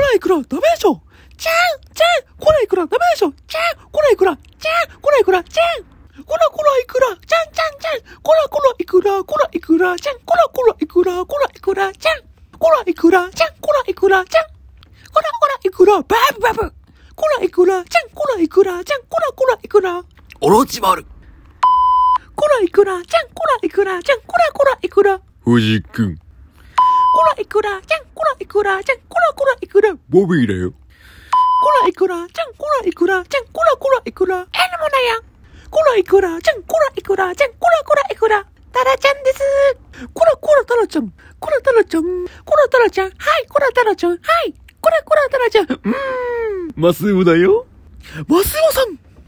らいくらダメでしょちゃんちゃんこらいくらダメでしょちゃんこらいくらちゃんこらいくらちゃんこらこらいくらちゃんちゃんちゃんこらこらいくらこらいくらちゃんこらこらいくらこらいくらちゃんこらいくらちゃんこらいくらちゃんこらこらいくらバンバブこらいくらちゃんこらいくらちゃんこらこらいくらオロチマル。こらいくらちゃんこらいくらちゃんこらこらいくら藤井くん。こらいくらちゃんこらいくらちゃんこらこらいくらボビーだよ。こらいくらちゃんこらいくらちゃんこらこらいくら N もだよこらいくらちゃんこらいくらちゃんこらこらいくらタラちゃんですこらこらタラちゃんこらタラちゃんこらタラちゃんはいこらタラちゃんはいこらこらタラちゃんうーんマスウだよ。マスオさん